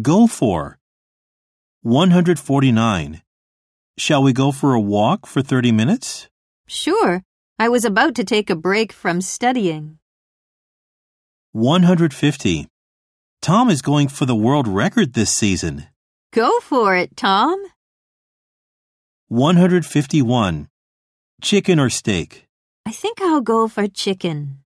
Go for. 149. Shall we go for a walk for 30 minutes? Sure, I was about to take a break from studying. 150. Tom is going for the world record this season. Go for it, Tom. 151. Chicken or steak? I think I'll go for chicken.